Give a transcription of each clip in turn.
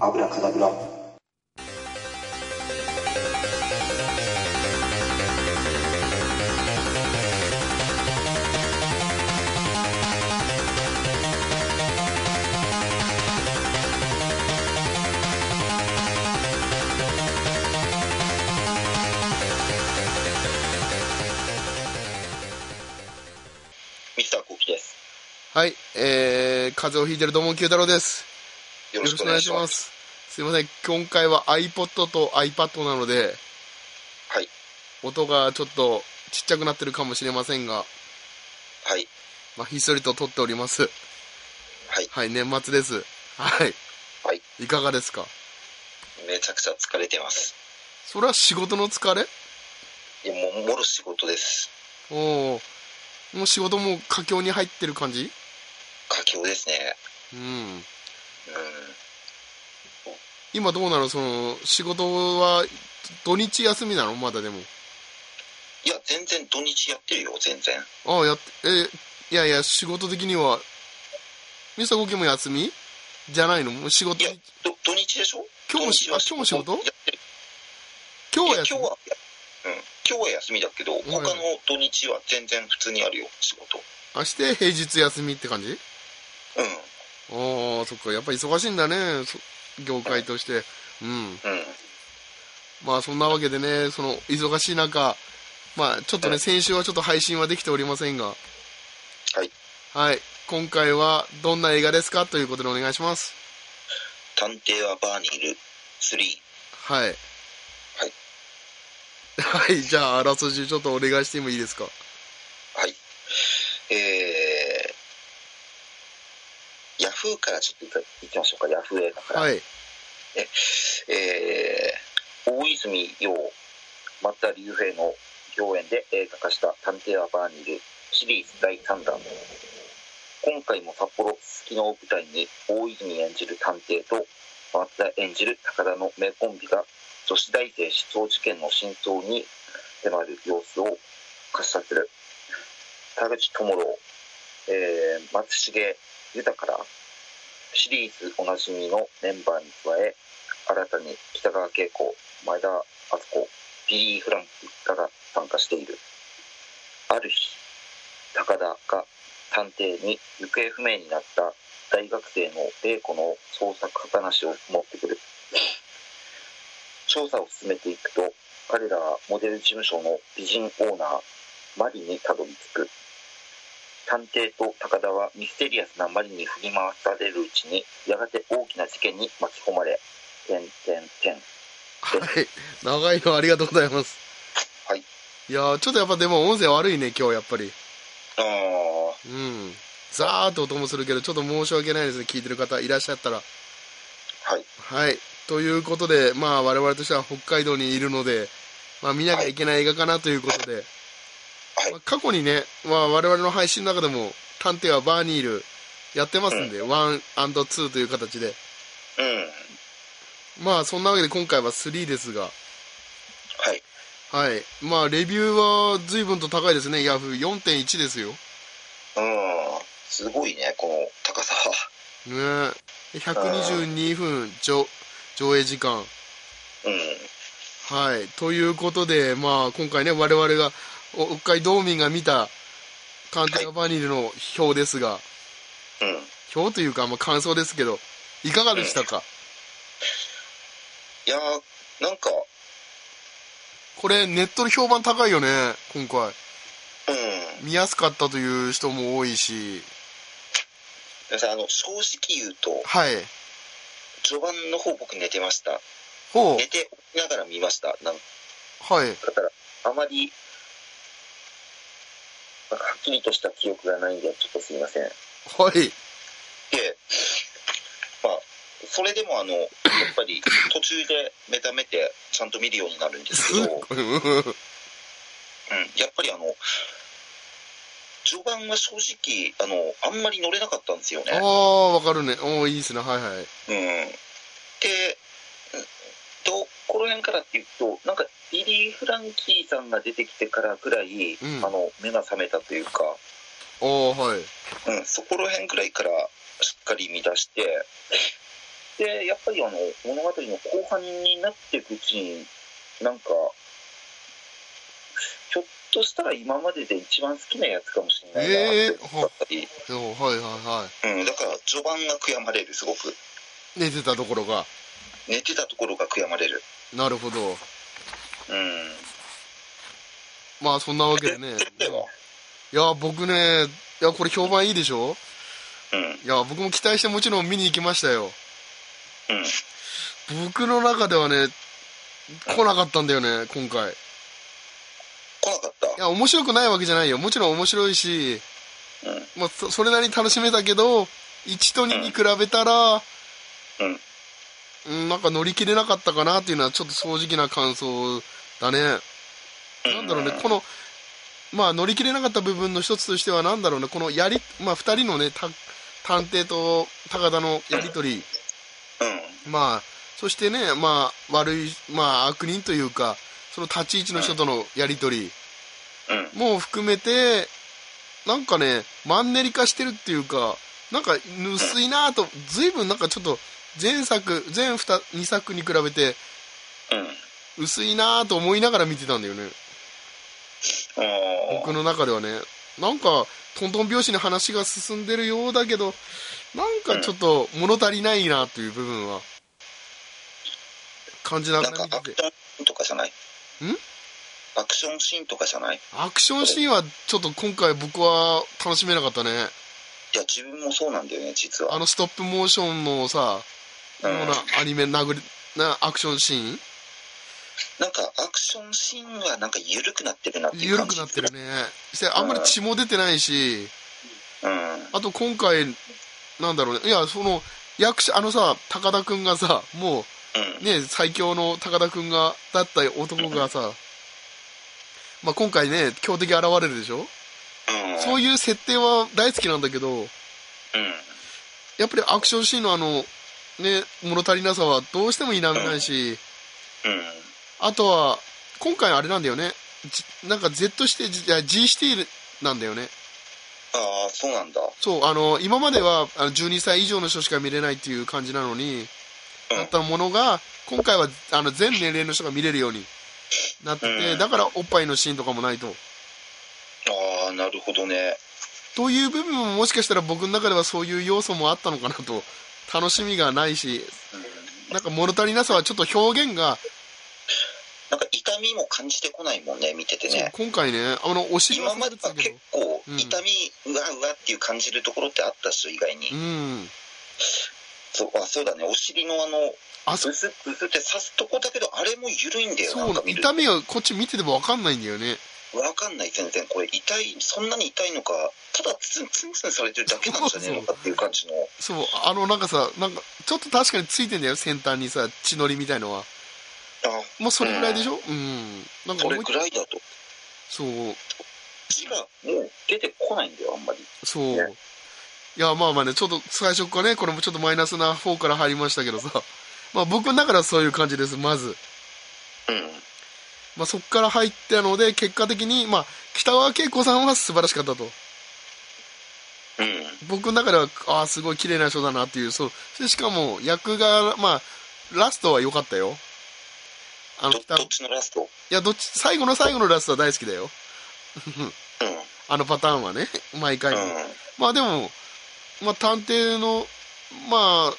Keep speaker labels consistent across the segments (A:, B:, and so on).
A: アブラカダブラミスターコウキです
B: はい、えー、風邪をひいてるドモンキュー太郎です。
A: よ
B: よ
A: ろし
B: ろし
A: くお
B: くお
A: 願
B: 願
A: い
B: い
A: し
B: し
A: ま
B: ますす。すいません、今回は iPod と iPad なので、
A: はい
B: 音がちょっとちっちゃくなってるかもしれませんが、
A: はい
B: まあ、ひっそりと撮っております。
A: はい
B: はい、年末です。はい。
A: はい。
B: いかがですか
A: めちゃくちゃ疲れてます
B: それは仕事の疲れ
A: いやもうもろ仕事です
B: おお。もう仕事も佳境に入ってる感じ
A: 佳境ですね
B: うん。
A: う
B: 今どうなのその、仕事は土日休みなのまだでも。
A: んいや全然土日やってるよ全然
B: ああ、やって、え、いやいや、仕事的には、ミスターゴキも休みじゃないのもう仕事
A: いや、ど土日でしょ
B: 今日もし
A: 土は
B: あ今日も仕事
A: やってる
B: 今
A: い
B: 日
A: や今
B: は
A: 日
B: 休み
A: は、うん、今日は休みだけど、他の土日は全然普通にあるよ、仕事。
B: 明日平日休みって感じ
A: う
B: ああ、そっか、やっぱ忙しいんだね、そ業界として。うん。
A: ん、うん、
B: まあそんなわけでね、その、忙しい中、まあちょっと
A: は
B: ね、
A: い
B: 先週はちょっと配信はできておりませんが、
A: はい。
B: はい、今回はどんな映画ですかということでお願いします。
A: 探偵はバーにいる3。
B: はい。はい。はい、じゃあ、あらすじちょっとお願いしてもいいですか
A: はい。えー、ヤフーからちょっと行きましょうか、ヤフー映画から。
B: はい。
A: えー大泉洋、松田龍平の共演で映画化した「探偵はバーにいる」シリーズ第3弾今回も札幌・すすきのを舞台に大泉演じる探偵と松田演じる高田の名コンビが女子大生失踪事件の真相に迫る様子を滑車する田口智朗、えー松重豊からシリーズおなじみのメンバーに加え新たに北川景子前田敦子ビリー・フランクらが参加しているある日高田が探偵に行方不明になった大学生の玲子の捜索話を持ってくる調査を進めていくと彼らはモデル事務所の美人オーナーマリにたどり着く探偵と高田はミステリアスなマリに振り回されるうちにやがて大きな事件に巻き込まれ点点点
B: はい。長いのありがとうございます。
A: はい。
B: いやー、ちょっとやっぱでも音声悪いね、今日やっぱり。
A: ああ
B: うん。ザーって音もするけど、ちょっと申し訳ないですね、聞いてる方いらっしゃったら。
A: はい
B: はい。ということで、まあ我々としては北海道にいるので、まあ見なきゃいけない映画かなということで、
A: はい
B: まあ過去にね、まあ我々の配信の中でも、探偵はバーニールやってますんで、ワンアンドツーという形で。
A: うん
B: まあそんなわけで今回は3ですが、
A: はい
B: はい。まあ、レビューは随分と高いですね。ヤフー4.1ですよ。ね
A: うんすごいねこの高さは
B: え122分上上映時間。
A: うん
B: はい。ということで、まあ、今回ね、我々が、お北海道民が見た、カンテナバニルの表ですが、
A: うん
B: 表というか、まあ、感想ですけど、いかがでしたか、
A: いやーなんか
B: これ、ネットで評判高いよね、今回。
A: うん
B: 見やすかったという人も多いし、
A: 皆さんあの正直言うと
B: はい。
A: 序盤の方僕寝てました
B: ほ
A: 寝て起きながら見ましたなん
B: う。はい。
A: だからあまりなんかはっきりとした記憶がないんでちょっとすいませんで
B: はい。
A: まあそれでもあのやっぱり途中で目覚めてちゃんと見るようになるんですけど、うん、やっぱりあの序盤は正直あのあんまり乗れなかったんですよね
B: ああ、わかるね。おーいいですね。はいはい。
A: うん、で、うんとこの辺からっていうと、なんかリリー・フランキーさんが出てきてからぐらい、
B: うん
A: あの目が覚めたというか、
B: ああ、はい。
A: うん、そこら辺ぐらいからしっかり見出して、でやっぱりあの物語の後半になっていくうちになんかちょっとしたら今までで一番好きなやつかもしれないなって思ったり、
B: でもはいはいは
A: うん、だから序盤が悔やまれるすごく
B: い。寝てたところが。
A: 寝てたところが悔やまれる
B: なるほど。
A: うん
B: まあそんなわけでね。
A: ではい
B: や、僕ね、いや、これ評判いいでしょ
A: うん
B: いや、僕も期待してもちろん見に行きましたよ。
A: うん
B: 僕の中ではね、来なかったんだよね、今回。い
A: 来なかった
B: や、面白くないわけじゃないよ。もちろん面白いし、
A: うん
B: まあ、そそれなりに楽しめたけど、1と2に比べたら、
A: うん
B: うん、なんか乗り切れなかったかなっていうのは、ちょっと正直な感想だね。なんだろうね、この、まあ、乗り切れなかった部分の一つとしては、なんだろうね、このやり、まあ、二人のね、た探偵と高田のやりとり、
A: うん
B: まあ、そしてね、まあ、悪い、まあ、悪人というか、その立ち位置の人とのやりとり
A: うん
B: も含めて、なんかね、マンネリ化してるっていうか、なんか、薄いなぁと、ずいぶんなんかちょっと、前作、前二二作に比べて、
A: うん
B: 薄いなぁと思いながら見てたんだよね。
A: あ
B: 僕の中ではねなんかトントン拍子に話が進んでるようだけどなんかちょっと物足りないなという部分は感じな
A: ーな
B: が
A: んからア
B: 見て
A: ク
B: て
A: ションシーンとかじゃないんアクションシーンとかじゃない
B: アクションシーンはちょっと今回僕は楽しめなかったね
A: いや自分もそうなんだよね実は
B: あのストップモーションのさよ
A: う
B: うんなアニメ殴りなアクションシーン
A: なんかアクションシーンはなんか緩くなってるなっていう
B: 緩
A: 感
B: く
A: じ
B: なってるねしてあんまり血も出てないし
A: うん
B: あと今回なんだろうねいやその役者あのさ高田君がさもう
A: うん
B: ね、最強の高田君がだった男がさ、まあ、今回ね強敵現れるでしょ、
A: うん
B: そういう設定は大好きなんだけど
A: うん
B: やっぱりアクションシーンのあの、ね、物足りなさはどうしても否めない
A: う
B: し、
A: ん
B: あとは今回あれなんだよねじなんか Z シティじゃ G シティなんだよね
A: ああそうなんだ
B: そうあの今まではあの12歳以上の人しか見れないっていう感じなのに、
A: うん
B: だったものが今回はあの全年齢の人が見れるようになってて、
A: うん
B: だからおっぱいのシーンとかもないと。
A: ああなるほどね
B: という部分ももしかしたら僕の中ではそういう要素もあったのかなと楽しみがないし
A: うん
B: なんか物足りなさはちょっと表現が、
A: なんか痛みも感じてこないもんね見てて
B: そう
A: ね
B: 今回ねあのお尻が
A: 今ま
B: 刺
A: で
B: さ
A: は
B: れて
A: 結
B: たけど
A: 構
B: うん
A: 痛みうわうわっていう感じるところってあった人以外に、
B: うん
A: そうあそうだねお尻のあの
B: あ
A: ブス
B: そ
A: ブスって刺すとこだけどあれも緩いんだよなな
B: そうんな
A: か見る
B: 痛みがこっち見てても分かんないんだよね
A: わかんない全然これ痛いそんなに痛いのかただツンツンツンされてるだけなんじゃねえのかっていう感じの
B: そうあのなんかさなんかちょっと確かについてんだよ先端にさ血のりみたいのは
A: あ
B: もうそれぐらいでしょうん、なんか
A: こ
B: 思
A: れ
B: い
A: ぐらいだと
B: そう
A: 血がもう出てこないんだよあんまり
B: そう、
A: ね
B: いやまあまあねちょっと最初からねこれもちょっとマイナスな方から入りましたけどさまあ僕の中ではそういう感じですまず
A: うん
B: まあ、そこから入ったので結果的に、まあ、北川景子さんは素晴らしかったと
A: うん
B: 僕の中ではああすごい綺麗な人だなっていうそうでしかも役が、まあ、ラストは良かったよあの
A: ど
B: 北い
A: どっちのラスト
B: やどっち最後の最後のラストは大好きだよ
A: うんう
B: あのパターンはね毎回の、
A: ん
B: まあでも、まあ、探偵のま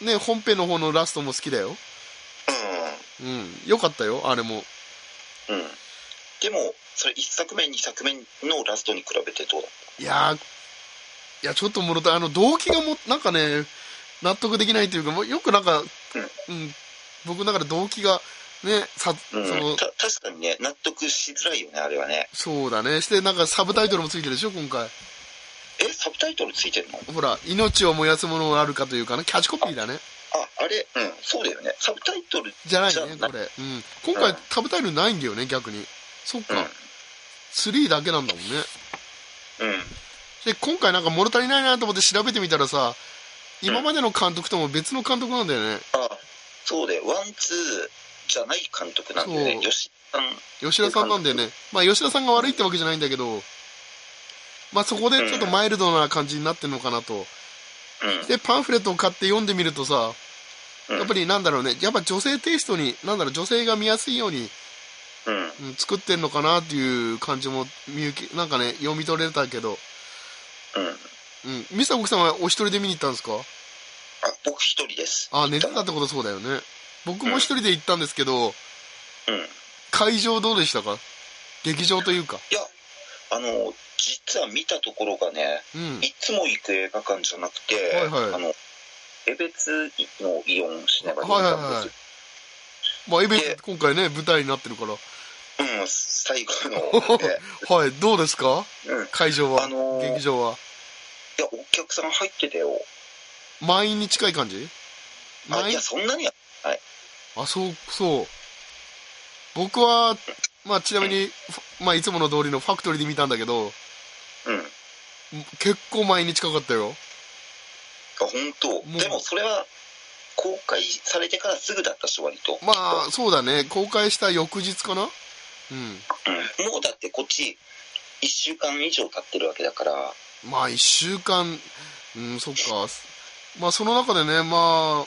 B: あね本編の方のラストも好きだようん良かったよあれも
A: うんうんでもそれ1作目2作目のラストに比べてどうだ
B: いやーいやちょっともろたあの動機がもなんかね納得できないというかもうよくなんか、うん、僕の中で動機がねさそ
A: うん
B: の
A: た確かにね納得しづらいよねあれはね
B: そうだねしてなんかサブタイトルもついてるでしょ今回
A: えサブタイトルついてるの
B: ほら「命を燃やすものがあるか」というかなキャッチコピーだね
A: ああれうんそうだよねサブタイトル
B: じゃないね
A: じゃ
B: これ、うん、今回
A: うん
B: サブタイトルないんだよね逆にそっ
A: うん
B: か、3だけなんだもんね
A: うん
B: で今回なんか物足りないなと思って調べてみたらさ今までの監督とも別の監督なんだよね
A: あそうだよワンツーじゃない監督なんでね
B: そう
A: 吉田さん
B: 吉田さんなんだよね、まあ、吉田さんが悪いってわけじゃないんだけど、まあ、そこでちょっとマイルドな感じになってるのかなと、
A: うん
B: でパンフレットを買って読んでみるとさ、
A: うん
B: やっぱりなんだろうね、やっぱ女性テイストに、なんだろう、女性が見やすいように、
A: うん
B: うん作ってんのかなっていう感じも見受け、なんかね、読み取れたけど、
A: うん
B: うん。ミサコキさんはお一人で見に行ったんですか
A: あ僕一人です
B: あ、寝てたってことそうだよね。僕も一人で行ったんですけ
A: う
B: ど、
A: ん
B: 会場どうでしたか劇場というか。
A: いやあの実は見たところがね
B: うん。
A: いつも行く映画館じゃなくて、
B: はいはい
A: あの江別のイオンシネマで見
B: はいはい
A: たん
B: は
A: で
B: い。まあ、エベ
A: で
B: 今回ね、舞台になってるから。
A: すよ、うん最後の、 ね
B: はい、どうですか
A: うん、い
B: 会場は、
A: あのー
B: 劇場は。
A: やお客さん入ってたよ
B: 満員に近い感じ
A: あ
B: 満
A: い
B: 員
A: やそんなには
B: あ、そう、そう。僕は、まあ、ちなみに、ふまあ、いつもの通りのファクトリーで見たんだけど、
A: うんあ
B: 結構満員に近かったよ。
A: 本当
B: もう
A: でもそれは公開されてからすぐだったし割と
B: まあ、そうだね。公開した翌日かなう
A: うんもうだってこっち1週間以上経ってるわけだから
B: ん。まあ、一週間、うん、そっか。まあ、その中でね、まあ、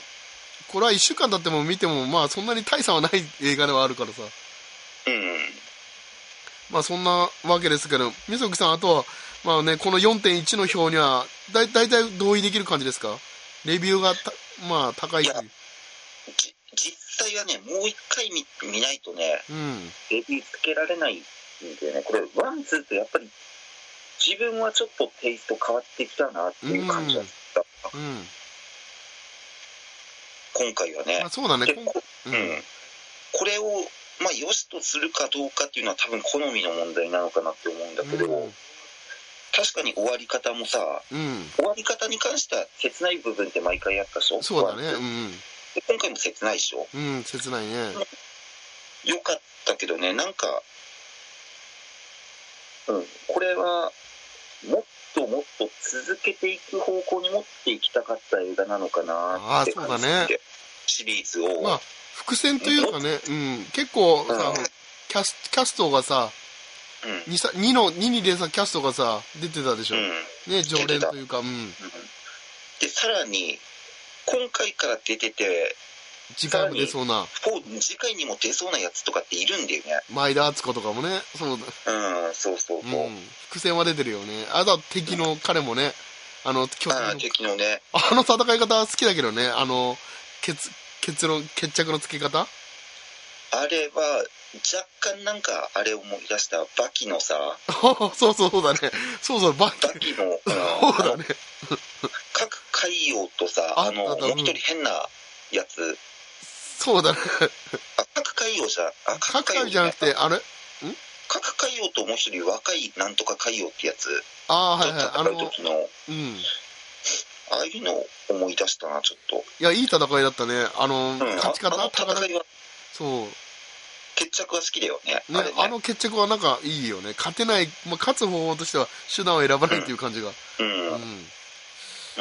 B: これは一週間経っても見ても、まあ、そんなに大差はない映画ではあるからさ。
A: うん
B: まあそんなわけですけど、みそきさん、あとは、まあね、この4.1の表にはだ、だいたい同意できる感じですかレビューがた、まあ、高いという。
A: じ実際はねもう一回見見ないとね
B: うん。
A: レビューつけられないんだよねこれワンツーとやっぱり自分はちょっとテイスト変わってきたなっていう感じだった、
B: うん。
A: 今回はね
B: まあ、そうだね。
A: で
B: こん
A: こ,、
B: う
A: うんんこれをまあ良しとするかどうかっていうのは多分好みの問題なのかなって思うんだけど、確かに終わり方もさ
B: うん。うん。
A: 終わり方に関しては切ない部分って毎回やったでしょ
B: そうだね。
A: ワンツーで今回も切ないでしょ
B: うんうん。うん、切ないね。
A: よかったけどねなんか、うん、これはもっともっと続けていく方向に持っていきたかった映画なのかなって
B: あー
A: 感じ
B: そうだね
A: でシリーズを、
B: まあ、伏線というかね、うん。結構さ
A: うん、
B: キャスキャストがさ、
A: うん
B: 2, さ2の、2に連鎖キャストがさ、出てたでしょ。
A: うんうん
B: ね、常連というか、うん。
A: でさらに今回から出てて
B: 次回も出そうな、
A: こう次回にも出そうなやつとかっているんだよね
B: 前田敦子とかもね、その、
A: うんそうそうそう、
B: うん、伏線は出てるよねあとは敵の彼もねあの巨人
A: ああ
B: の
A: 敵のね
B: あの戦い方好きだけどねあの結結論決着のつけ方
A: あれは若干なんかあれ思い出したバキのさ
B: そうそうそうだねそうそうバ
A: バキの、うん
B: そうだね
A: 各海洋とさ
B: あ
A: あの
B: あった
A: もう一人変なやつ
B: そうだね
A: あ各海洋じゃあ
B: 角界じゃなくてあれ
A: 各海洋ともう一人若いなんとか海洋ってやつ
B: ああ
A: と
B: はいはいあ
A: 戦う
B: の
A: 時の
B: うんい
A: ああいうのを思い出したなちょっと、
B: やいい戦いだったねあの
A: うん、
B: 勝ち
A: ああ
B: 方
A: の
B: 高田
A: 戦いは
B: そう
A: 決着は好きだよね
B: ね
A: あれね
B: あの決着はなんかいいよね勝てない、まあ、勝つ方法としては手段を選ばないっていう感じが
A: うん、
B: う
A: うん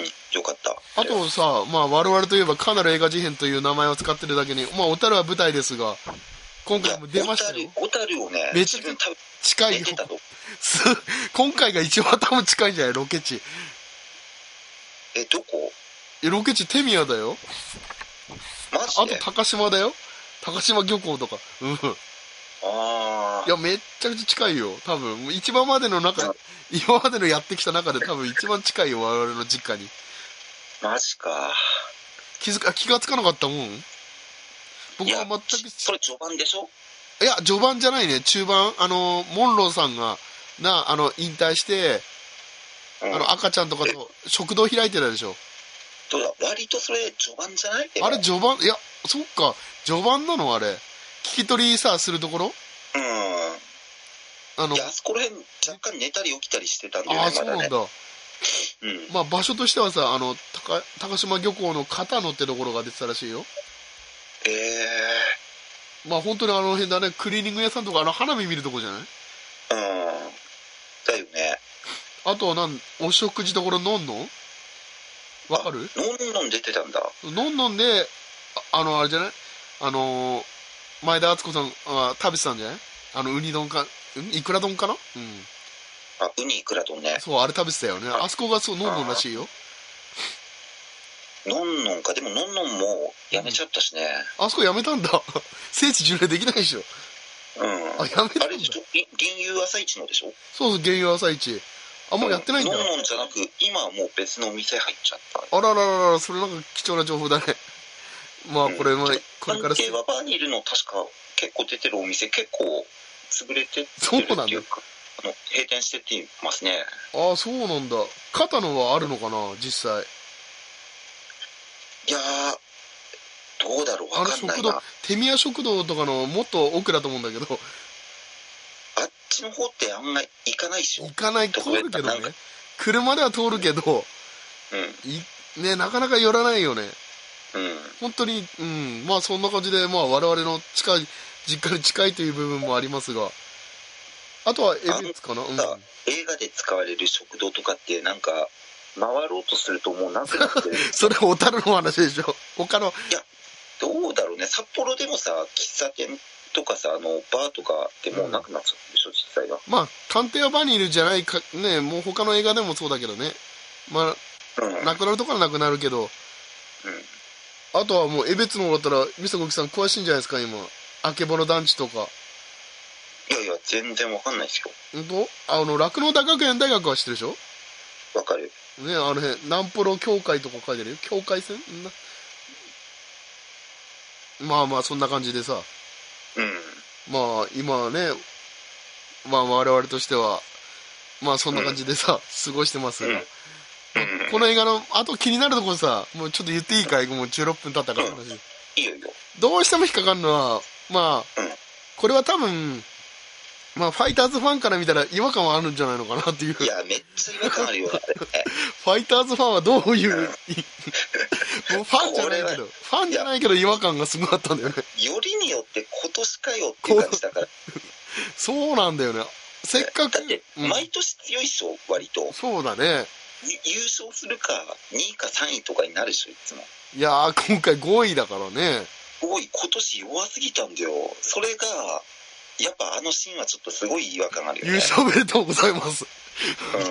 B: ん
A: よかった
B: あとさ、まあ、我々といえばかなり映画事変という名前を使ってるだけに、まあ、小樽は舞台ですが、今
A: いや
B: 回も出ましたよ。
A: 小樽小樽をね
B: めち
A: 自
B: ゃくちゃ
A: 分多分
B: 近い
A: 出
B: よ
A: て。たと
B: す今回が一番多分近いんじゃないロケ地。
A: えどこ
B: えロケ地手宮だよ。
A: マ
B: あ
A: ジ
B: と
A: で
B: 高島だよ。高島漁港とか。うん。い
A: ああ
B: や、めっちゃくちゃ近いよ。多分、もう一番までの中、今までのやってきた中で多分一番近いよ、我々の実家に。
A: マジか
B: 気づか、気がつかなかったもん僕
A: い
B: は全
A: や
B: く
A: それ序盤でしょ
B: いや、序盤じゃないね、中盤、あの、モンローさんが、な、あの、引退して、
A: うん
B: あの、赤ちゃんとかと食堂開いてたでしょ。
A: どうだ割とそれ序盤じゃない
B: あれ、序盤、いや、そっか、序盤なのあれ。聞き取りさ、するところ
A: うん
B: あの
A: いや、、あそこら辺、若干寝たり起きたりしてたんだよ
B: ああ、
A: ね、
B: そ
A: ま
B: うな
A: だ
B: ん
A: ね
B: だ。。
A: うん。
B: まあ、場所としてはさ、あの、高、高島漁港の片野ってところが出てたらしいよ。
A: ええ
B: まあ、本当にあの辺だね、クリーニング屋さんとか、あの、花火見るとこじゃない
A: うん。だよね。
B: あと、なん、お食事ところ、のんのんわかる
A: のんのん出てたんだ。
B: のんのんで、ああの、あれじゃないあのー前田敦子さんあ食べてたんじゃないあの、ウニ丼か、んいくら丼かなうん。
A: あ、ウニいくらとね。
B: そう、あれ食べてたよね。あそこがそう、のんのんらしいよ。
A: のんのんかでものんのんもやめちゃったしね
B: あそこやめたんだ 聖地巡礼できないでしょ
A: うん
B: あやめた
A: あ
B: んだ
A: れでしょり銀遊朝市のでしょ
B: そうそう原油朝市あもうやってないんだ
A: のんのんじゃなく今はもう別のお店入っちゃった
B: あらららららそれなんか貴重な情報だねまあこれもこれからす
A: 探偵はバーにいるの確か結構出てるお店結構潰れてってる
B: そうなん
A: って
B: だ
A: いうかあの閉店してってますね
B: ああそうなんだ片野はあるのかな実際
A: いやーどうだろう
B: あ
A: わ
B: の
A: かんな
B: 食
A: い
B: 堂
A: な
B: 手宮食堂とかのもっと奥だと思うんだけ
A: あ
B: ど
A: っちの方ってあんま行かないでしょ
B: 行かない通るけどね車では通るけど
A: う
B: いねなかなか寄らないよね
A: んうん
B: 本当にうんまあそんな感じでまあ我々の近い実家に近いという部分もありますがあとはエビツかなうん
A: さ映画で使われる食堂とかってなんか回ろうとするともうなくなって る
B: それは小樽の話でしょ他の
A: どうだろうね札幌でもさ喫茶店とかさあのバーとかってもうなくなっちゃったでしょ実際は
B: まあ探偵はバニーいるじゃないかねもう他の映画でもそうだけどねま
A: うん
B: あなくなるところはなくなるけど
A: うん
B: あとはもう江別の方だったらミサゴキさん詳しいんじゃないですか今あけぼの団地とか
A: いやいや全然わかんないですよ
B: うんとあの酪農大学園大学は知ってるでしょ
A: わかる
B: ねあの辺南ポロ協会とか書いてあるよ境界線んなまあまあそんな感じでさ
A: うん
B: まあ今はねまあ我々としてはまあそんな感じでさ、過ごしてますが、
A: うんうん
B: この映画のあと気になるところさもうちょっと言っていいかいもう16分経ったから、
A: うんいいよいいよ
B: どうしても引っかかるのはまあ、
A: うん
B: これは多分まあファイターズファンから見たら違和感はあるんじゃないのかなっていう
A: いやめっちゃ違和感あるよあ れ
B: ファイターズファンはどういう、
A: うん
B: もうファンじゃないけど、ファンじゃないけど違和感がすごかったんだよね。
A: よりによって今年かよって感じだから
B: そうなんだよね。せっかく
A: だって、
B: うん
A: 毎年強いっしょ割と
B: そうだね。
A: ゆ優勝するか2位か3位とかになるでしょいつも
B: いやー、今回5位だからね。
A: おい今年弱すぎたんだよそれがやっぱあのシーンはちょっとすごい違和感あるよ
B: 優
A: ね
B: 勝おめでとうございます。
A: うん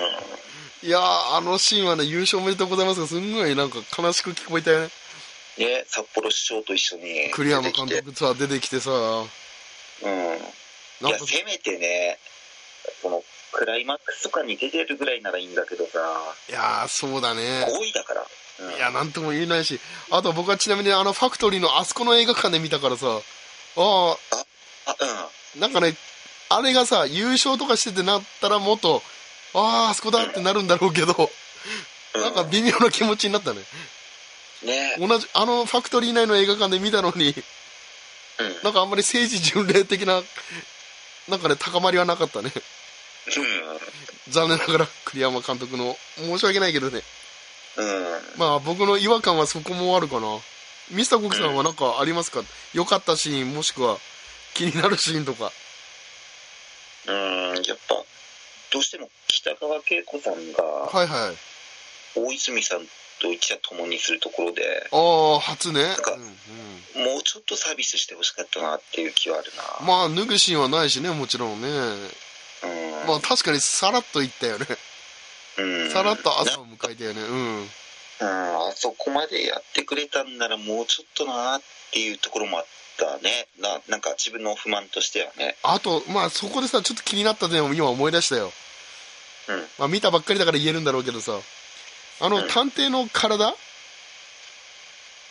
B: いやー、あのシーンはね、優勝おめでとうございますが、すんごいなんか悲しく聞こえたよね。
A: ね、札幌市長と一緒に
B: 栗山監
A: 出てき
B: 督さ、出てきてさ、
A: てうん
B: ないん
A: や
B: か、
A: せめてねこのクライマックスとかに出てるぐらいならいいんだけどさ
B: いやー、そうだね。
A: 5位だから、うん、
B: いや、なんとも言えないし、あと僕はちなみにあのファクトリーのあそこの映画館で見たからさ、ああ、
A: あうん
B: なんかね、あれがさ、優勝とかしててなったらもっと、ああ、あそこだってなるんだろうけど、
A: うん
B: なんか微妙な気持ちになったね。
A: ね
B: 同じ、あのファクトリー内の映画館で見たのに、
A: うんう
B: なんかあんまり政治巡礼的な、なんかね、高まりはなかったね。残念ながら、栗山監督の、申し訳ないけどね。
A: んうん
B: まあ僕の違和感はそこもあるかな。ミスターコキさんはなんかありますか良かったシーン、もしくは気になるシーンとか。
A: うんやっぱどうしても北川景子さんが
B: はいはい。
A: 大泉さんと一夜共にするところで
B: ああ、初ね。
A: か
B: うんうん
A: もうちょっとサービスしてほしかったなっていう気はあるな、
B: まあ脱ぐシーンはないしねもちろんね
A: うん
B: まあ確かにさらっと言ったよね
A: うん
B: さらっと朝を迎えたよねうん
A: うん、あそこまでやってくれたんならもうちょっとなっていうところもあったねななんか自分の不満としてはね
B: あとまあそこでさちょっと気になった点を今思い出したよ、
A: うん
B: まあ、見たばっかりだから言えるんだろうけどさあ
A: う
B: の
A: ん
B: 探偵の体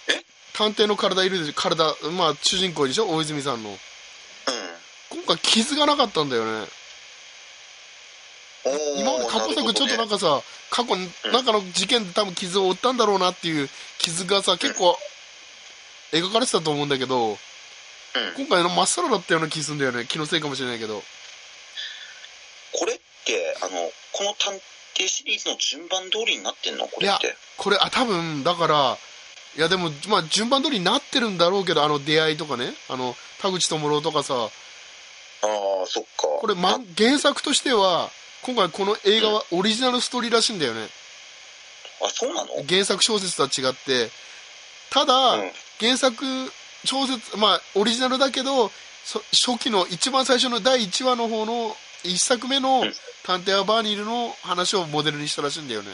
A: え
B: 探偵の体いるでしょ体まあ主人公でしょ大泉さんの今回傷がなかったんだよね
A: うん
B: 今まで過去作ちょっとなんかさ、過去に
A: うん
B: なんかの事件で多分傷を負ったんだろうなっていう傷がさ結構描かれてたと思うんだけど
A: うん、うん
B: 今回の真っさらだったような気するんだよね気のせいかもしれないけど
A: これってあのこの探偵シリーズの順番通りになってんのこれって
B: これあ多分だからいやでもまあ順番通りになってるんだろうけどあの出会いとかねあの田口智郎とかさ
A: ああそっか
B: これ、ま
A: あ、
B: 原作としては今回この映画はオリジナルストーリーらしいんだよね
A: あそうなのうん
B: 原作小説とは違ってただ、原作小説まあオリジナルだけどそ初期の一番最初の第1話の方の1作目の
A: うん
B: 「探偵はバーニール」の話をモデルにしたらしいんだよね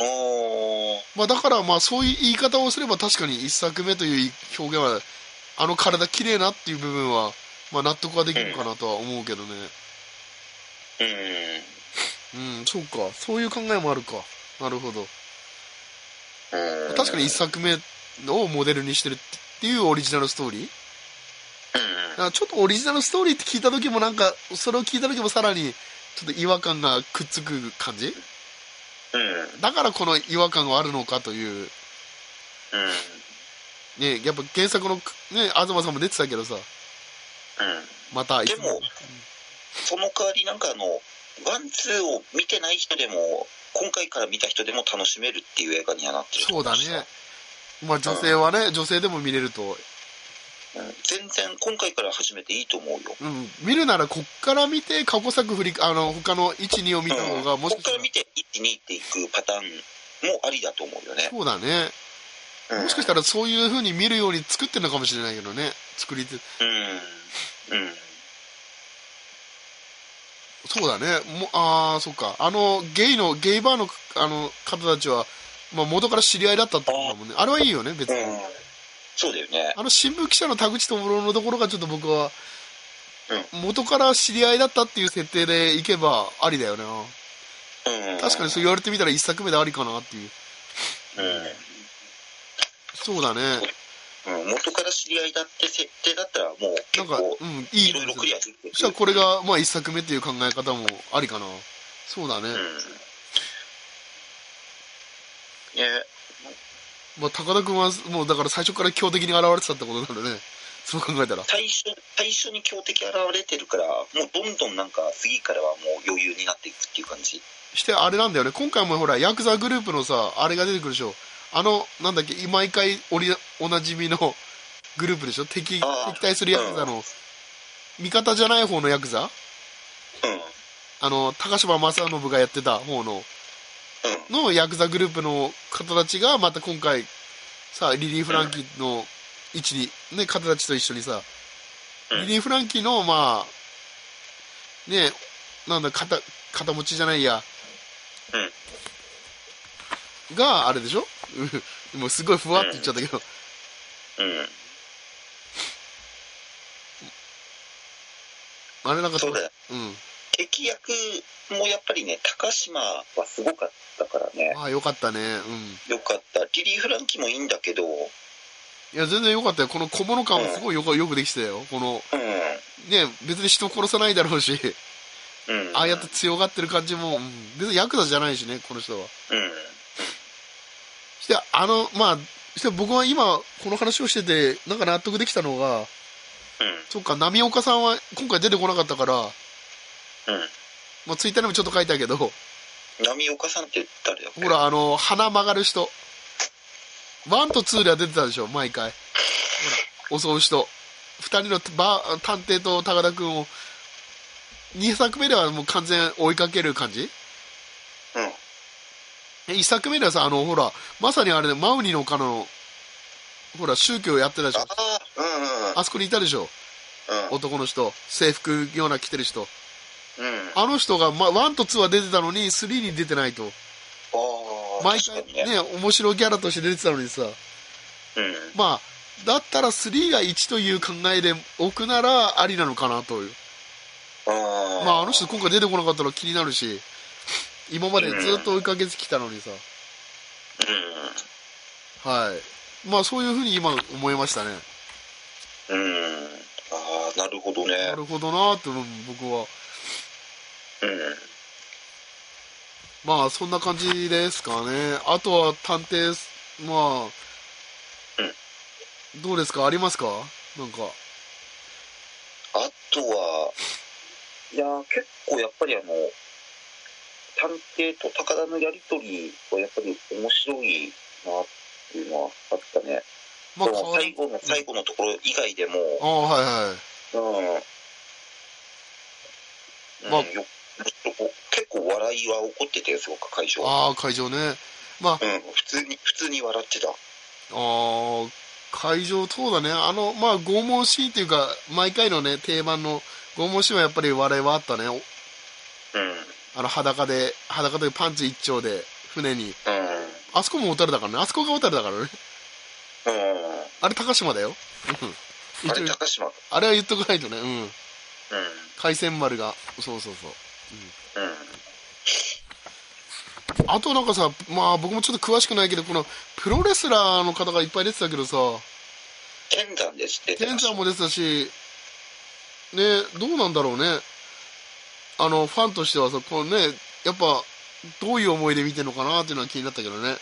A: おー
B: まあ、だからまあそういう言い方をすれば確かに一作目という表現はあの体綺麗なっていう部分はまあ納得はできるかなとは思うけどね
A: うん
B: うんそうかそういう考えもあるかなるほど
A: うん
B: 確かに一作目をモデルにしてるっていうオリジナルストーリー
A: うん
B: なんかちょっとオリジナルストーリーって聞いた時もなんかそれを聞いた時もさらにちょっと違和感がくっつく感じ
A: うんうん
B: だからこの違和感があるのかという
A: うん
B: ねやっぱ原作のね東さんも出てたけどさまたい
A: で
B: つ
A: もその代わりなんかあのワンツーを見てない人でも今回から見た人でも楽しめるっていう映画にはなってると
B: そう
A: 思
B: だ
A: ました
B: ねまあ女性はね女性でも見れると
A: うん全然今回から始めていいと思うよ
B: うん見るならこっから見て過去作振りあの他の12を見た方が
A: うん
B: もし
A: こっ
B: かした
A: からら見て12っていくパターンもありだと思うよね
B: そうだね
A: うん
B: もしかしたらそういう風に見るように作ってるのかもしれないけどね作り手
A: うんうん
B: そうだね。もうああ、そっか。あの、ゲイの、ゲイバーの、あの、方たちは、まあ、元から知り合いだったってことだもんね。あれはいいよね、別に。
A: うんそうだよね
B: あの、新聞記者の田口智郎のところがちょっと僕は
A: うん、
B: 元から知り合いだったっていう設定でいけばありだよな。
A: うん
B: 確かにそう言われてみたら一作目でありかなっていう。そうだね。
A: うんうん元から知り合いだって設定だったらもう
B: なん
A: 結
B: か、
A: 構
B: うん、いい
A: いろいろクリアする
B: そしたらこれが、まあ、一作目っていう考え方もありかな。そうだね。
A: うんね
B: まあ、高田くんは、もうだから最初から強敵に現れてたってことなのね。そう考えたら。
A: 最初最初に強敵現れてるからもうどんどんなんか次からはもう余裕になっていくっていう感じ
B: してあれなんだよね今回もほらヤクザグループのさあれが出てくるでしょあのなんだっけ毎回おりおなじみのグループでしょ敵
A: ああ
B: 敵対するヤクザの味方じゃない方のヤクザ
A: うんうん
B: あの高島正信がやってた方ののヤクザグループの方たちがまた今回さリリー・フランキーの位置に、ね、方たちと一緒にさ
A: うん
B: リリー・フランキーのまあねなんだ肩肩持ちじゃないや
A: うん
B: があれでしょ うんもうすごいふわって言っちゃったけど、
A: うん
B: あれなんか
A: そうだよ
B: うん
A: 敵役もやっぱりね高島はすごかったからね
B: ああよかったねうん
A: よかったリリー・フランキーもいいんだけどうん
B: いや全然よかったよこの小物感はすごいよかよくできてたよこのね別に人殺さないだろうし
A: うん
B: ああやって強がってる感じも、うん、別にヤクザじゃないしねこの人は
A: うん
B: してあのまあして僕は今この話をしててなんか納得できたのがそっか浪岡さんは今回出てこなかったから、
A: うんうん
B: まあ、ツイッターにもちょっと書いてあるけどほ
A: 波岡さんって誰だっけ
B: らあの鼻曲がる人ワンとツーでは出てたでしょ毎回ほら襲う人二人のバー探偵と高田君を2作目ではもう完全追いかける感じ
A: うん
B: 1作目ではさあのほらまさにあれでマウニの丘のほら宗教やってたでしょ
A: ああうんうん
B: あそこにいたでしょ男の人制服ような着てる人
A: うんうんあ
B: あの人が、ま、1と2は出てたのに3に出てないと
A: あ
B: 毎回
A: 確かに
B: ね面白ギャラとして出てたのにさ
A: うん
B: まあだったら3が1という考えで置くならありなのかなという
A: あ
B: まああの人今回出てこなかったら気になるし 今までずっと追いかけてきたのにさはいまあそういうふうに今思いましたね
A: うんうんああなるほどね
B: なるほどなーって思う僕は
A: うん
B: まあそんな感じですかねあとは探偵まあ、どうですかありますかなんか
A: あとは、いやー、結構やっぱりあの、探偵と高田のやりとりはやっぱり面白いなっていうのはあったね。
B: まあ
A: その
B: 変わ
A: 最
B: り
A: 後の最後のところ以外でも、
B: ああはいはい
A: うん。うん
B: まあ
A: よよこ結構笑いは起こってて、すごく会場。
B: ああ会場ね
A: うん、普通に、普通に笑ってた。
B: ああ会場そうだねあのまあ拷問シーンっていうか毎回のね定番の拷問シーンはやっぱり笑いはあったねお
A: うん。うん。
B: あの裸で裸というパンツ一丁で船に
A: う
B: あそこも小樽だからね。あそこが小樽だからね。
A: う ん。
B: あれ、高島だよ。うん。
A: あ
B: 一
A: れ、
B: 応、
A: 高島だ。
B: あれは言っとかないとね。うん。
A: うん。
B: 海鮮丸が。そうそうそう。
A: うん。
B: あとなんかさ、まあ僕もちょっと詳しくないけど、このプロレスラーの方がいっぱい出てたけどさ、
A: 天山ですって。
B: 天ちゃんも出てたし、ね、どうなんだろうね。あの、ファンとしてはさ、こうね、やっぱ、どういう思いで見てるのかなっていうのは気になったけどね。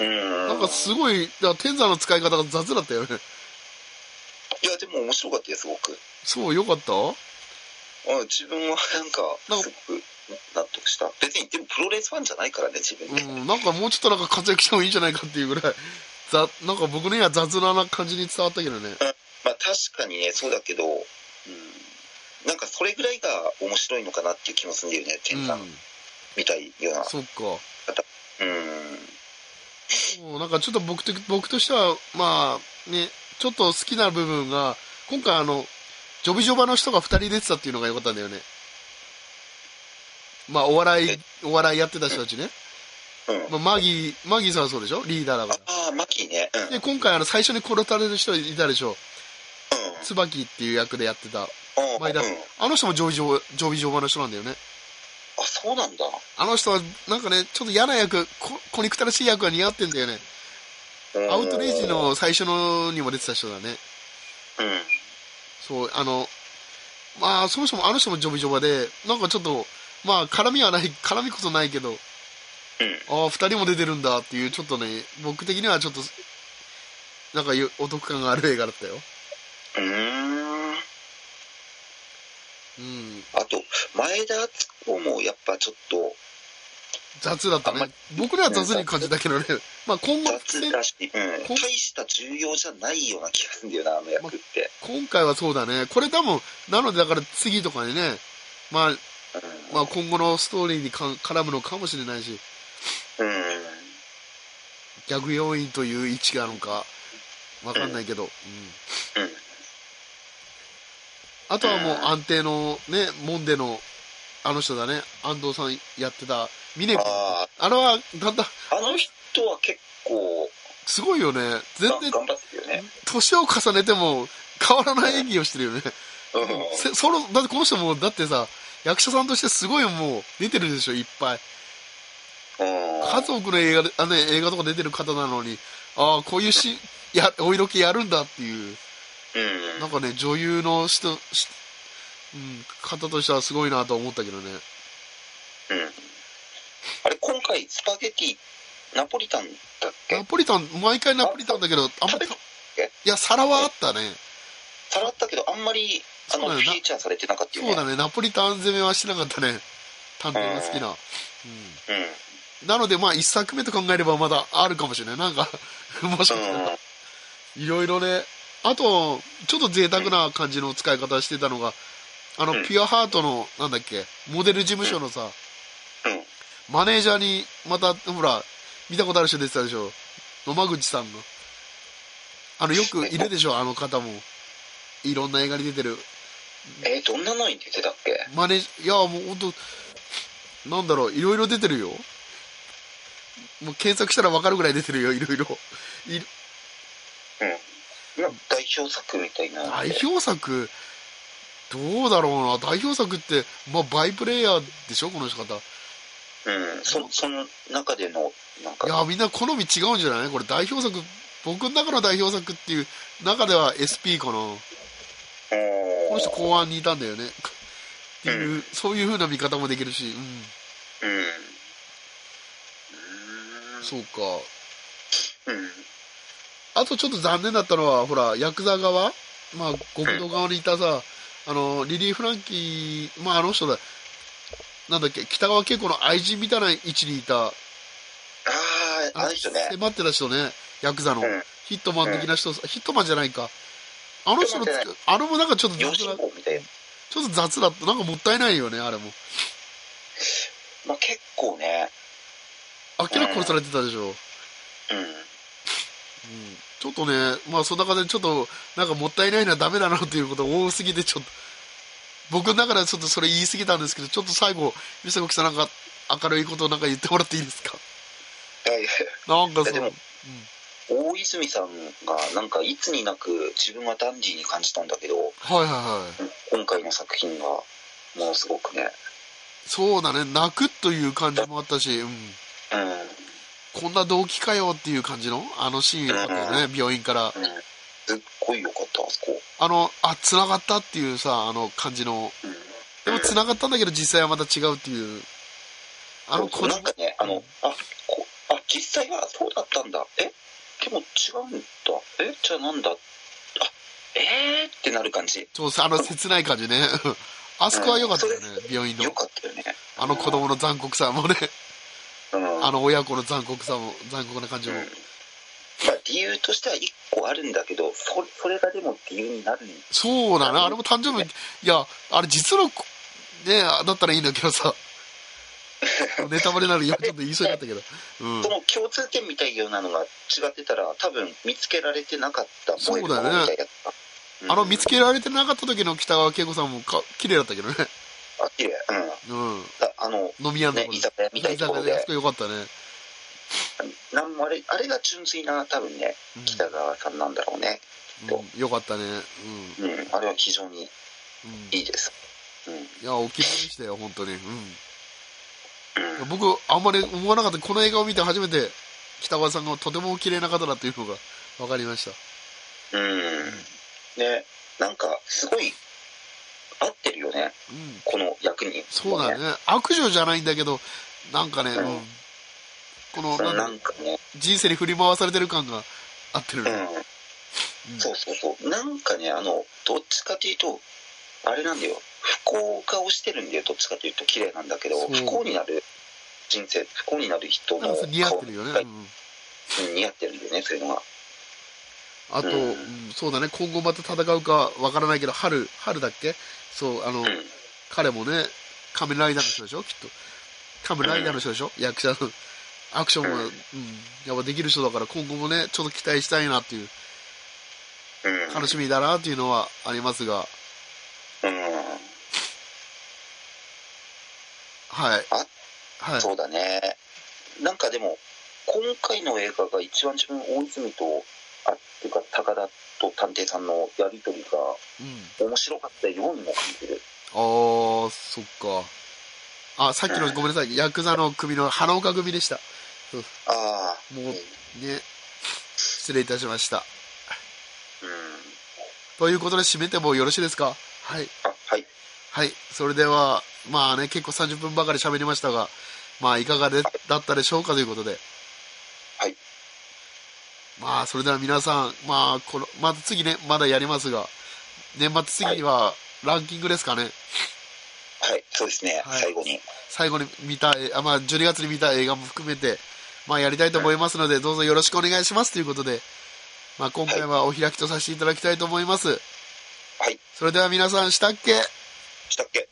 A: うん。
B: なんかすごい、だから天山の使い方が雑だったよね。
A: いや、でも面白かったよ、すごく。
B: そう、よかった
A: うん、自分はなん
B: なん
A: か、
B: か
A: すごく納得した。別に、でもプロレスファンじゃないからね、自分
B: う
A: ね。
B: ん、なんかもうちょっとなんか活躍してもいいんじゃないかっていうぐらい、ざなんか僕には雑な感じに伝わったけどね。
A: まあ、確かにね、そうだけど、うん。なんか、それぐらいが面白いのかなっていう気もするんだよね、
B: う
A: 天
B: ん
A: 山、みたいような。
B: そっか。
A: うん。
B: もうなんかちょっと僕と僕としては、まあね、ちょっと好きな部分が、今回あの、ジョビジョバの人が2人出てたっていうのが良かったんだよね。まあ、お笑い
A: え、
B: お笑いやってた人たちね。
A: うん。
B: まあ、マギー、マギーさんはそうでしょリーダーだか
A: ああ、マキね。うん。
B: ら。で、今回あの、最初に殺される人いたでしょ
A: う
B: 椿っていう役でやってた。
A: ん。うん。
B: 前田
A: うん。
B: あの人もジョビジョ、ジョビジョバの人なんだよね。
A: あ、そうなんだ。
B: あの人は、なんかね、ちょっと嫌な役、こ小憎たらしい役が似合ってんだよね。
A: うん
B: アウトレイジ。の最初のにも出てた人だね。
A: うん。
B: そう、あの、まあ、そもそもあの人もジョビジョバで、なんかちょっと、まあ、絡みはない、絡みこそないけど、ああ、二人も出てるんだっていう、ちょっとね、僕的にはちょっと、なんかよお得感がある映画だったよ。
A: うん。うん。
B: うん、
A: あと、前田敦子もやっぱちょっと
B: 雑だった
A: あんま
B: ね
A: り。
B: 僕には雑に感じたけどね、まあ、今後、
A: 雑だし、うん、
B: こ
A: 大した重要じゃないような気がするんだよな、あの役って。
B: 今回はそうだね。これ多分、なのでだから次とかにね、まあ、まあ今後のストーリーにかん絡むのかもしれないし、
A: うん。うん。
B: 逆要員という位置があるのか、わかんないけど、うん。
A: うん
B: あとはもう安定のね、モンデの、あの人だね、安藤さんやってた、ミネコ。
A: あ
B: あれは、だんだん、
A: あ、あの人は結構、
B: すごいよね。全
A: が
B: 然、
A: 頑張ってるよね。
B: 年を重ねても変わらない演技をしてるよね。
A: うん。
B: せ そのだってこの人も、だってさ、役者さんとしてすごいもう出てるでしょ、いっぱい。
A: うん
B: 数多くの映画であ、ね、映画とか出てる方なのに、ああ、こういうし、や、お色気やるんだっていう、
A: うん
B: なんかね、女優の人、しうん、方としてはすごいなと思ったけどね。
A: うん。あれ、今回、スパゲティ、ナポリタンだっけ
B: ナポリタン、毎回ナポリタンだけど、あんま
A: 食べ
B: り
A: た
B: た、いや、皿はあったね。
A: さらったけど、あんまり、あ
B: そう
A: の、
B: だ
A: フ
B: よな
A: ィーチャーされてなかったよ
B: そう
A: ね。
B: だね、ナポリタン攻めはしてなかったね。探偵が好きな。
A: う
B: うん。なので、まあ、一作目と考えればまだあるかもしれない。なんか、 もしか
A: ん。
B: した
A: うん
B: ら。。いろいろね。あと、ちょっと贅沢な感じの使い方してたのが、あの
A: うん、
B: ピュアハートの、なんだっけ、モデル事務所のさ、
A: うん。
B: マネージャーに、また、ほら、見たことある人出てたでしょ。野間口さんの。あの、よくいるでしょ、あの方も。いろんな映画に出てる。
A: えーどんなのに出てたっけ
B: マネージャー、いや、もうほんと、なんだろう、いろいろ出てるよ。もう検索したらわかるぐらい出てるよ、いろいろ。い
A: なんか代表作みたいなの
B: 代
A: で。
B: 表作どうだろうな代表作って、まあ、バイプレイヤーでしょこの人方い
A: うん。そ、その中での、なんか、
B: やみんな好み違うんじゃないこれ代表作僕の中の代表作っていう中では SP かなこ
A: お
B: の人
A: ー
B: 後半にいたんだよねっていう、そういう風な見方もできるしう
A: うん。うん
B: んそうか
A: うん。
B: あとちょっと残念だったのはほらヤクザ側まあ極道側にいたさあのリリー・フランキーまああの人だなんだっけ北川景子の愛人みたいな位置にいた
A: ああ、あの人ね。
B: 迫ってた人ね、ヤクザの。
A: うん
B: ヒットマン的な人、ヒットマンじゃないか。あの人のつ
A: ヒットマンじゃな
B: あれもなんかちょっと雑
A: 用心
B: だ、
A: 棒みたいな。
B: ちょっと雑だった。なんかもったいないよね、あれも。
A: まあ結構ね。
B: 明らかに殺されてたでしょ。うん。
A: う
B: ちょっとね、まあそんな感じでちょっと、なんかもったいないな、ダメだなっていうこと多すぎて、ちょっと、僕の中ではちょっとそれ言い過ぎたんですけど、ちょっと最後、ミサコキさんなんか明るいことをなんか言ってもらっていいですか
A: やいや
B: なんか
A: いや
B: そ
A: で
B: の
A: も大泉さんがなんかいつになく自分はダンディーに感じたんだけど
B: はいはいはい
A: 今回の作品がものすごくね
B: そうだね泣くという感じもあったし、うん、
A: うんうん
B: こんな動機かよっていう感じのあのシーンよかったよね、病院から
A: すっごい良かったあそこ
B: あのあ繋がったっていうさあの感じの
A: うん
B: でも繋がったんだけど実際はまた違うっていうあの
A: そ
B: 子
A: うそうなんかねあのあこあ実際はそうだったんだえでも違うんだえじゃあなんだあえー、ってなる感じ
B: そうあの切ない感じね あそこは良かったよね
A: うんそ
B: 病院の
A: よかったよね
B: あの子供の残酷さもね
A: うん
B: あの親子の残酷さも残酷な感じも、
A: うんまあ、理由としては1個あるんだけどそそれがでも理由になるん
B: そうだなあれも誕生日いやあれ実の子ねだったらいいんだけ どさネタバレになるよちょっと言いそうになったけどうん
A: その共通点みたいようなのが違ってたら多分見つけられてなかった
B: そうだよ
A: 燃える
B: ね
A: ものみたいだったうん
B: あの見つけられてなかった時の北川景子さんもか綺麗だったけどね
A: あ綺麗うん
B: うん
A: ああの
B: 飲み屋の
A: ね
B: とこ
A: 居
B: で
A: 酒屋みたいなところ
B: 居酒屋あ
A: で
B: そこよかったね、
A: なんもあれあれが純粋な多分ね
B: うん
A: 北川さんなんだろうね
B: うんよかったねうん、
A: うんあれは非常に
B: うん、
A: いいですうん
B: いやお気に入りでしたよ本当にうんいや僕あんまり思わなかったこの映画を見て初めて北川さんがとてもお綺麗な方だというのが分かりました
A: うんねなんかすごい合ってるよね
B: うん
A: この役に
B: そうだね悪女じゃないんだけどなんかね、
A: うん
B: うんこの
A: う
B: なんん
A: な
B: か
A: んかね
B: 人生に振り回されてる感が合ってるね、
A: うん
B: うん
A: そうそうそうなんかねあのどっちかというとあれなんだよ不幸顔してるんだよどっちかというと綺麗なんだけど
B: そう
A: 不幸になる人生不幸になる人
B: なん
A: の
B: かそれ似合ってるよね、
A: 顔
B: う
A: が
B: ん
A: うん似合ってるんだよねそういうのが
B: あと、
A: うん
B: うんそうだね、今後また戦うかわからないけど、春、春だっけそう、あの、
A: うん
B: 彼もね、仮面ライダーの人でしょ、きっと。仮面ライダーの人でしょ、役者の。アクションも、
A: うん
B: うん、やっぱできる人だから、今後もね、ちょっと期待したいなっていう、
A: うん
B: 楽しみだなっていうのはありますが、
A: う
B: はい。
A: あ
B: は
A: ん
B: い。
A: そうだねなんかでも今回の映画が一番自分大泉とあっていうか高田と探偵さんのやり取りが
B: うん。
A: 面白かったようにも感じる
B: あー、そっか。あ、さっきの、ごめんなさい、ヤクザの組の花岡組でした。
A: ああ
B: もう、ね、失礼いたしました。
A: うん
B: ということで、締めてもよろしいですかはい。
A: あはい
B: はい、それでは、まあね、結構30分ばかり喋りましたが、まあ、いかがでだったでしょうかということで。
A: はい。
B: まあ、それでは皆さん、まあ、この、また次ね、まだやりますが、年末次にはランキングですかね。
A: はいそうですね、
B: はい
A: 最後に
B: 最後に見た、えあまあ、12月に見た映画も含めて、まあ、やりたいと思いますので、どうぞよろしくお願いしますということで、まあ、今回はお開きとさせていただきたいと思います。
A: はい
B: それでは皆さん、したっけ
A: したっけ